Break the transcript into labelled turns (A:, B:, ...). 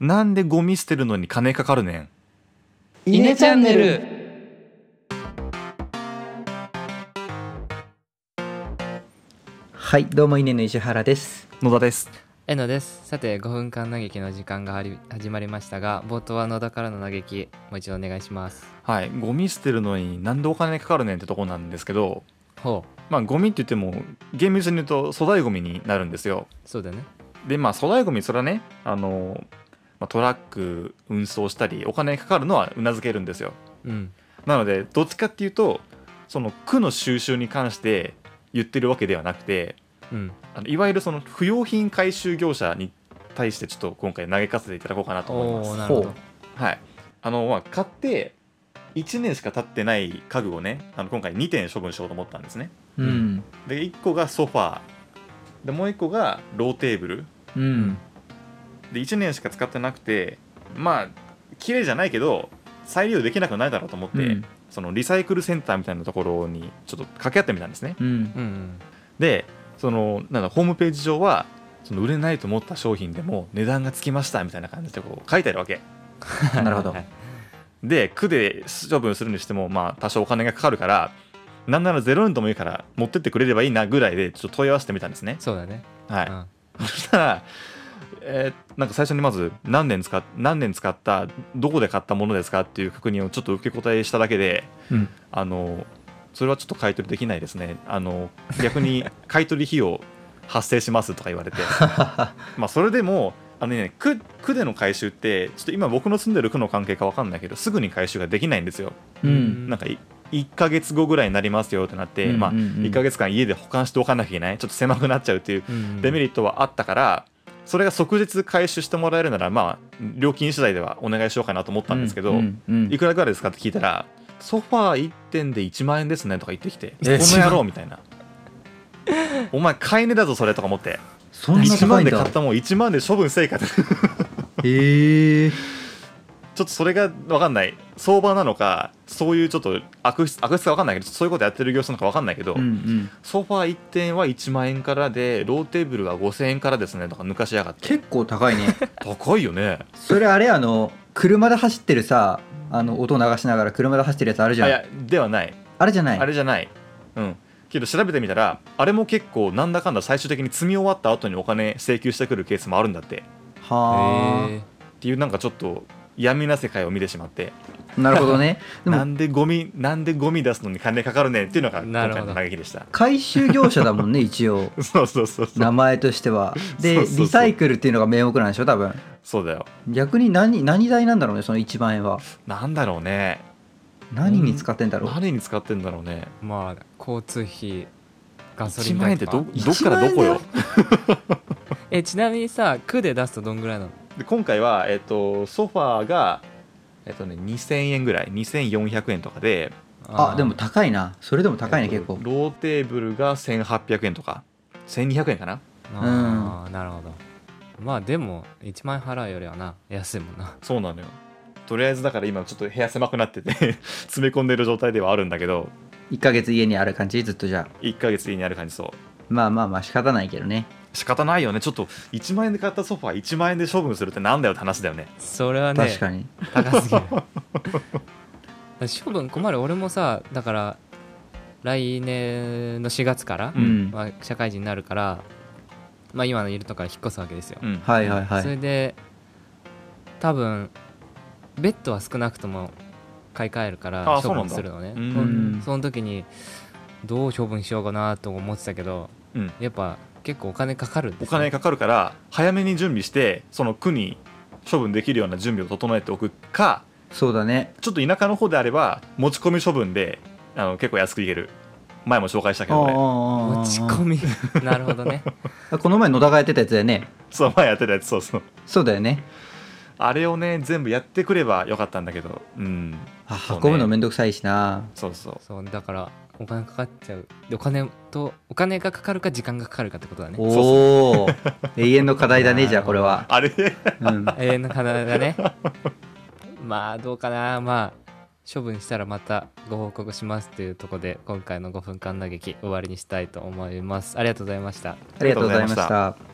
A: なんでゴミ捨てるのに金かかるねん
B: イネチャンネル。
C: はいどうも稲の石原です
A: 野田です
B: えのです。さて、5分間嘆きの時間があり始まりましたが、冒頭は野田からの嘆き、もう一度お願いします。
A: はいゴミ捨てるのになんでお金かかるねんってとこなんですけど
B: ほ
A: まあゴミって言っても厳密に言うと粗大ゴミになるんですよ
B: う、そうだね。
A: でまあ粗大ゴミそれはねあの、まあ、トラック運送したりお金かかるのはうなずけるんですよ
B: うん。
A: なのでどっちかっていうとその区の収集に関して言ってるわけではなくて
B: うん。
A: あのいわゆるその不用品回収業者に対してちょっと今回投げかせていただこうかなと思います
B: おー、なるほど
C: ほ。
A: はい、あのまあ買って1年しか経ってない家具をねあの今回2点処分しようと思ったんですね
C: うん
A: で1個がソファーでもう1個がローテーブル
C: うん
A: で1年しか使ってなくてまあ綺麗じゃないけど再利用できなくないだろうと思って、
C: うん
A: そのリサイクルセンターみたいなところにちょっと掛け合ってみたんですね
C: うん
B: うんうん。
A: でそのなんだホームページ上はその売れないと思った商品でも値段がつきましたみたいな感じでこう書いてあるわけ
C: なるほど
B: はい
A: で区で処分するにしてもまあ多少お金がかかるからなんなら0円ともいいから持ってってくれればいいなぐらいでちょっと問い合わせてみたんですね
B: そうだね。
A: はい、
B: うん
A: そしたら、えーなんか最初にまず何年使っ何年使ったどこで買ったものですかっていう確認をちょっと受け答えしただけで
C: うん
A: あのそれはちょっと買い取りできないですねあの逆に買い取り費用発生しますとか言 われてまあそれでもあのね区区での回収ってちょっと今僕の住んでる区の関係か分かんないけどすぐに回収ができないんですよ
C: うん
A: なんかい1ヶ月後ぐらいになりますよってなって、
C: うん
A: まあ、
C: うんうん
A: 1ヶ月間家で保管しておかなきゃいけないちょっと狭くなっちゃうっていう
B: うん
A: デメリットはあったからそれが即日回収してもらえるならまあ料金次第ではお願いしようかなと思ったんですけど、
C: うんうん
A: いくらぐらいですかって聞いたらソファー1点で1万円ですねとか言ってきてこ
C: え
A: の野郎みたい な。お前買い値だぞそれとか思って
C: そんな
A: 1
C: 高い
A: 万
C: ん
A: で
C: だ
A: 買ったもん1万で処分せいかって ちょっ
C: ええ
A: とそれが分かんない相場なのかそういうちょっと悪質悪質か分かんないけどそういうことやってる業者なのか分かんないけど、
C: うん
A: ソファー1点は1万円からでローテーブルは5000円からですねとか抜かしやがって
C: 結構高いね
A: 高いよね
C: それあれあの車で走ってるさあの音流しながら車で走ってるやつあるじ
A: あい
C: ゃん
A: やではない、
C: あれじゃない
A: あれじゃないうんけど調べてみたらあれも結構なんだかんだ最終的に積み終わった後にお金請求してくるケースもあるんだって
C: は
B: へ
A: っていうなんかちょっと闇な世界を見てしまって
C: あなるほどねで
A: な
C: も
A: んでゴミなんでゴミ出すのに金かかるねんっていうのが今
B: なる
A: 回
B: ほど
A: の嘆きでした
C: 回収業者だもんね一応
A: そうそうそうそう
C: 名前としてはで
A: そうそうそう
C: リサイクルっていうのが名目なんでしょ多分
A: そうだよ
C: 逆に何何代なんだろうねその1万円は
A: なんだろうね
C: 何に使ってんだろう
A: 何に使ってんだろうね
B: ーまあ、交通費、ガソリ
A: 1
B: ン
A: 万
B: 代
A: 円って
B: とか。
A: どどっからどこよ
B: え、ちなみにさ、区で出すとどんぐらいなの
A: で今回は、えっとソファーが、えっとね、2000円ぐらい2400円とかで
C: あでも
B: ー
C: 高いなそれでも高いね
A: えっ
C: 結
A: と
C: 構
A: ローテーブルが1800円とか1200円かな
B: あーなるほど。まあでも、1万円払うよりはな、安いもんな。
A: そうなのよとりあえずだから今ちょっと部屋狭くなって て詰め込んでる状態ではあるんだけど
C: 1ヶ月家にある感じずっとじゃあ
A: 1ヶ月家にある感じそう
C: まあまあまあ仕方ないけどね
A: 仕方ないよねちょっと1万円で買ったソファー1万円で処分するってなんだよって話だよね
B: それはね、
C: 確かに、
B: 高すぎる 処分困る俺もさだから来年の4月から、
A: う
C: うんん、
B: まあ、社会人になるから、まあ、今のいるとこから引っ越すわけですよ、
A: うん
C: はいはいは
B: それ
C: い
B: で多分ベッドは少なくとも買い替えるから
A: あそ
B: 処
A: うなん
B: 分
A: だ
B: するのね
A: う
B: うん
A: ん
B: その時にどう処分しようかなと思ってたけど
A: うん
B: やっぱ結構お金かかるんで
A: お
B: すよ
A: 金かかるから早めに準備してその区に処分できるような準備を整えておくか
C: そうだね
A: ちょっと田舎の方であれば持ち込み処分であの結構安くいける前も紹介したけどね
B: 持ち込
C: み
B: み なるほどね
C: この前野田がやってたやつだよね
A: そう前やってたやつそうそう
C: そうだよね
A: あれをね全部やってくればよかったんだけどうん
C: あ
A: そうね
C: 運ぶのめんどくさいしな
A: そうそう
B: そうだからお金かかっちゃうでお金とお金がかかるか時間がかかるかってことだね
C: おお永遠の課題だねじゃあこれは、
A: あれ
C: うん、
B: 永遠の課題だね まあどうかなまあ処分したらまたご報告しますというところで今回の5分間嘆き終わりにしたいと思いますありがとうございました
C: ありがとうございま
A: ありがとうございまし
C: した